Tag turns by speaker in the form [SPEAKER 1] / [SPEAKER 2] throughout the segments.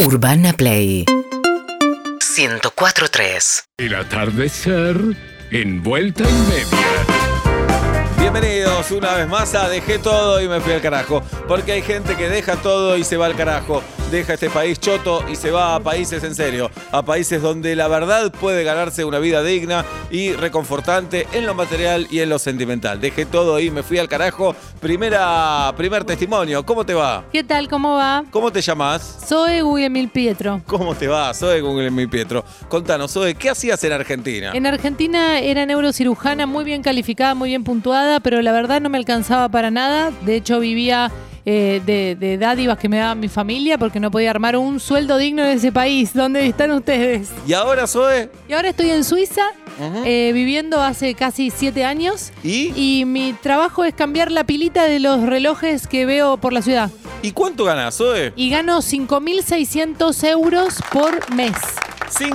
[SPEAKER 1] Urbana Play 104.3
[SPEAKER 2] El atardecer en vuelta y media.
[SPEAKER 3] Bienvenidos una vez más a Dejé todo y me fui al carajo. Porque hay gente que deja todo y se va al carajo. Deja este país choto y se va a países en serio. A países donde la verdad puede ganarse una vida digna y reconfortante en lo material y en lo sentimental. Dejé todo y me fui al carajo. Primera, primer testimonio. ¿Cómo te va?
[SPEAKER 4] ¿Qué tal? ¿Cómo va?
[SPEAKER 3] ¿Cómo te llamas?
[SPEAKER 4] Soy William Pietro.
[SPEAKER 3] ¿Cómo te va? Soy Google Mi Pietro. Contanos, Zoe, ¿qué hacías en Argentina?
[SPEAKER 4] En Argentina era neurocirujana, muy bien calificada, muy bien puntuada, pero la verdad no me alcanzaba para nada. De hecho, vivía eh, de, de dádivas que me daba mi familia porque no podía armar un sueldo digno en ese país. ¿Dónde están ustedes?
[SPEAKER 3] Y ahora, Zoe.
[SPEAKER 4] Y ahora estoy en Suiza,
[SPEAKER 3] Ujú.
[SPEAKER 4] eh, viviendo hace casi siete años.
[SPEAKER 3] ¿Y?
[SPEAKER 4] Y mi trabajo es cambiar la pilita de los relojes que veo por la ciudad.
[SPEAKER 3] ¿Y cuánto ganás, Zoe?
[SPEAKER 4] Y gano 5.600 euros por mes.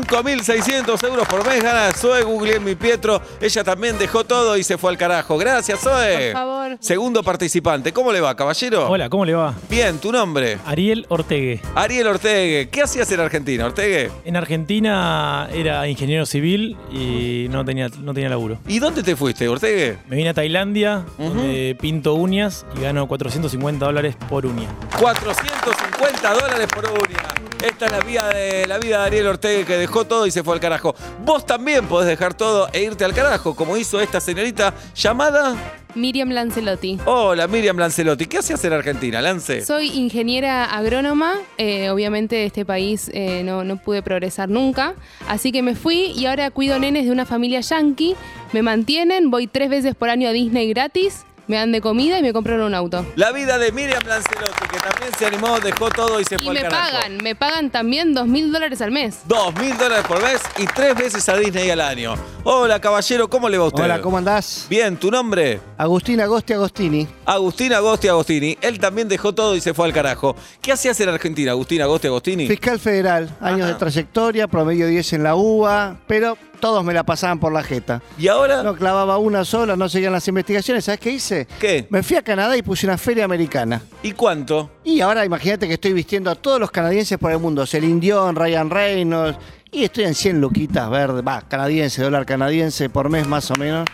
[SPEAKER 3] 5.600 euros por mes gana Zoe Google mi Pietro. Ella también dejó todo y se fue al carajo. Gracias, Zoe.
[SPEAKER 4] Por favor.
[SPEAKER 3] Segundo participante. ¿Cómo le va, caballero?
[SPEAKER 5] Hola, ¿cómo le va?
[SPEAKER 3] Bien, tu nombre.
[SPEAKER 5] Ariel Ortegue.
[SPEAKER 3] Ariel Ortegue. ¿Qué hacías en Argentina, Ortegue?
[SPEAKER 5] En Argentina era ingeniero civil y no tenía, no tenía laburo.
[SPEAKER 3] ¿Y dónde te fuiste, Ortegue?
[SPEAKER 5] Me vine a Tailandia,
[SPEAKER 3] Ujú.
[SPEAKER 5] donde pinto uñas y gano 450 dólares por uña.
[SPEAKER 3] 450 dólares por uña. Esta es la vida de la vida de Ariel Ortega que dejó todo y se fue al carajo. Vos también podés dejar todo e irte al carajo, como hizo esta señorita llamada.
[SPEAKER 6] Miriam Lancelotti.
[SPEAKER 3] Hola, Miriam Lancelotti. ¿Qué hacías en Argentina, Lance?
[SPEAKER 6] Soy ingeniera agrónoma, eh, obviamente de este país eh, no, no pude progresar nunca, así que me fui y ahora cuido nenes de una familia yanqui, me mantienen, voy tres veces por año a Disney gratis, me dan de comida y me compran un auto.
[SPEAKER 3] La vida de Miriam Lancelotti, que también se animó, dejó todo y se
[SPEAKER 6] Y
[SPEAKER 3] fue
[SPEAKER 6] me
[SPEAKER 3] al carajo.
[SPEAKER 6] pagan, me pagan también dos mil dólares al mes.
[SPEAKER 3] Dos mil dólares por mes y tres veces a Disney al año. Hola, caballero, ¿cómo le va a usted?
[SPEAKER 7] Hola, ¿cómo andás?
[SPEAKER 3] Bien, ¿tu nombre?
[SPEAKER 7] Agustín Agosti Agostini.
[SPEAKER 3] Agustín Agosti Agostini. Él también dejó todo y se fue al carajo. ¿Qué hacías en Argentina, Agustín Agosti Agostini?
[SPEAKER 7] Fiscal federal, años
[SPEAKER 3] Ajá.
[SPEAKER 7] de trayectoria, promedio 10 en la UBA, pero todos me la pasaban por la jeta.
[SPEAKER 3] ¿Y ahora?
[SPEAKER 7] No clavaba una sola, no seguían las investigaciones. ¿Sabes qué hice?
[SPEAKER 3] ¿Qué?
[SPEAKER 7] Me fui a Canadá y puse una feria americana.
[SPEAKER 3] ¿Y cuánto?
[SPEAKER 7] Y ahora imagínate que estoy vistiendo a todos los canadienses por el mundo. Indión, Ryan Reynolds. Y estoy en 100 luquitas verdes, va, canadiense, dólar canadiense por mes más o menos.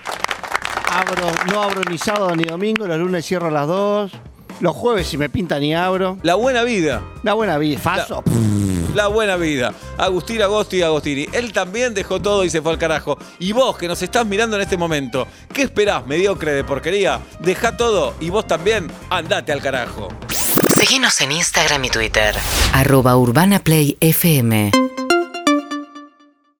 [SPEAKER 7] Abro, no abro ni sábado ni domingo, los lunes cierro a las 2. Los jueves si me pinta ni abro.
[SPEAKER 3] La buena vida.
[SPEAKER 7] La buena vida, Faso.
[SPEAKER 3] La buena vida. Agustín Agosti Agostini. Él también dejó todo y se fue al carajo. Y vos, que nos estás mirando en este momento, ¿qué esperás, mediocre de porquería? Deja todo y vos también andate al carajo.
[SPEAKER 1] Seguinos en Instagram y Twitter Arroba Urbana Play FM